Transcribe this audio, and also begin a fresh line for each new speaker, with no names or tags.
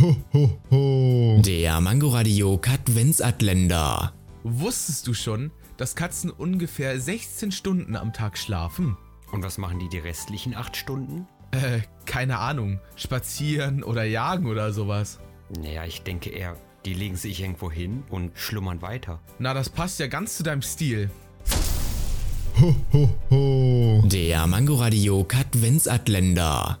Ho, ho, ho.
Der Mangoradio Katwensatländer.
Wusstest du schon, dass Katzen ungefähr 16 Stunden am Tag schlafen?
Und was machen die die restlichen acht Stunden?
Äh, keine Ahnung. Spazieren oder jagen oder sowas.
Naja, ich denke eher, die legen sich irgendwo hin und schlummern weiter.
Na, das passt ja ganz zu deinem Stil.
Ho, ho, ho.
Der Mangoradio Katwensatländer.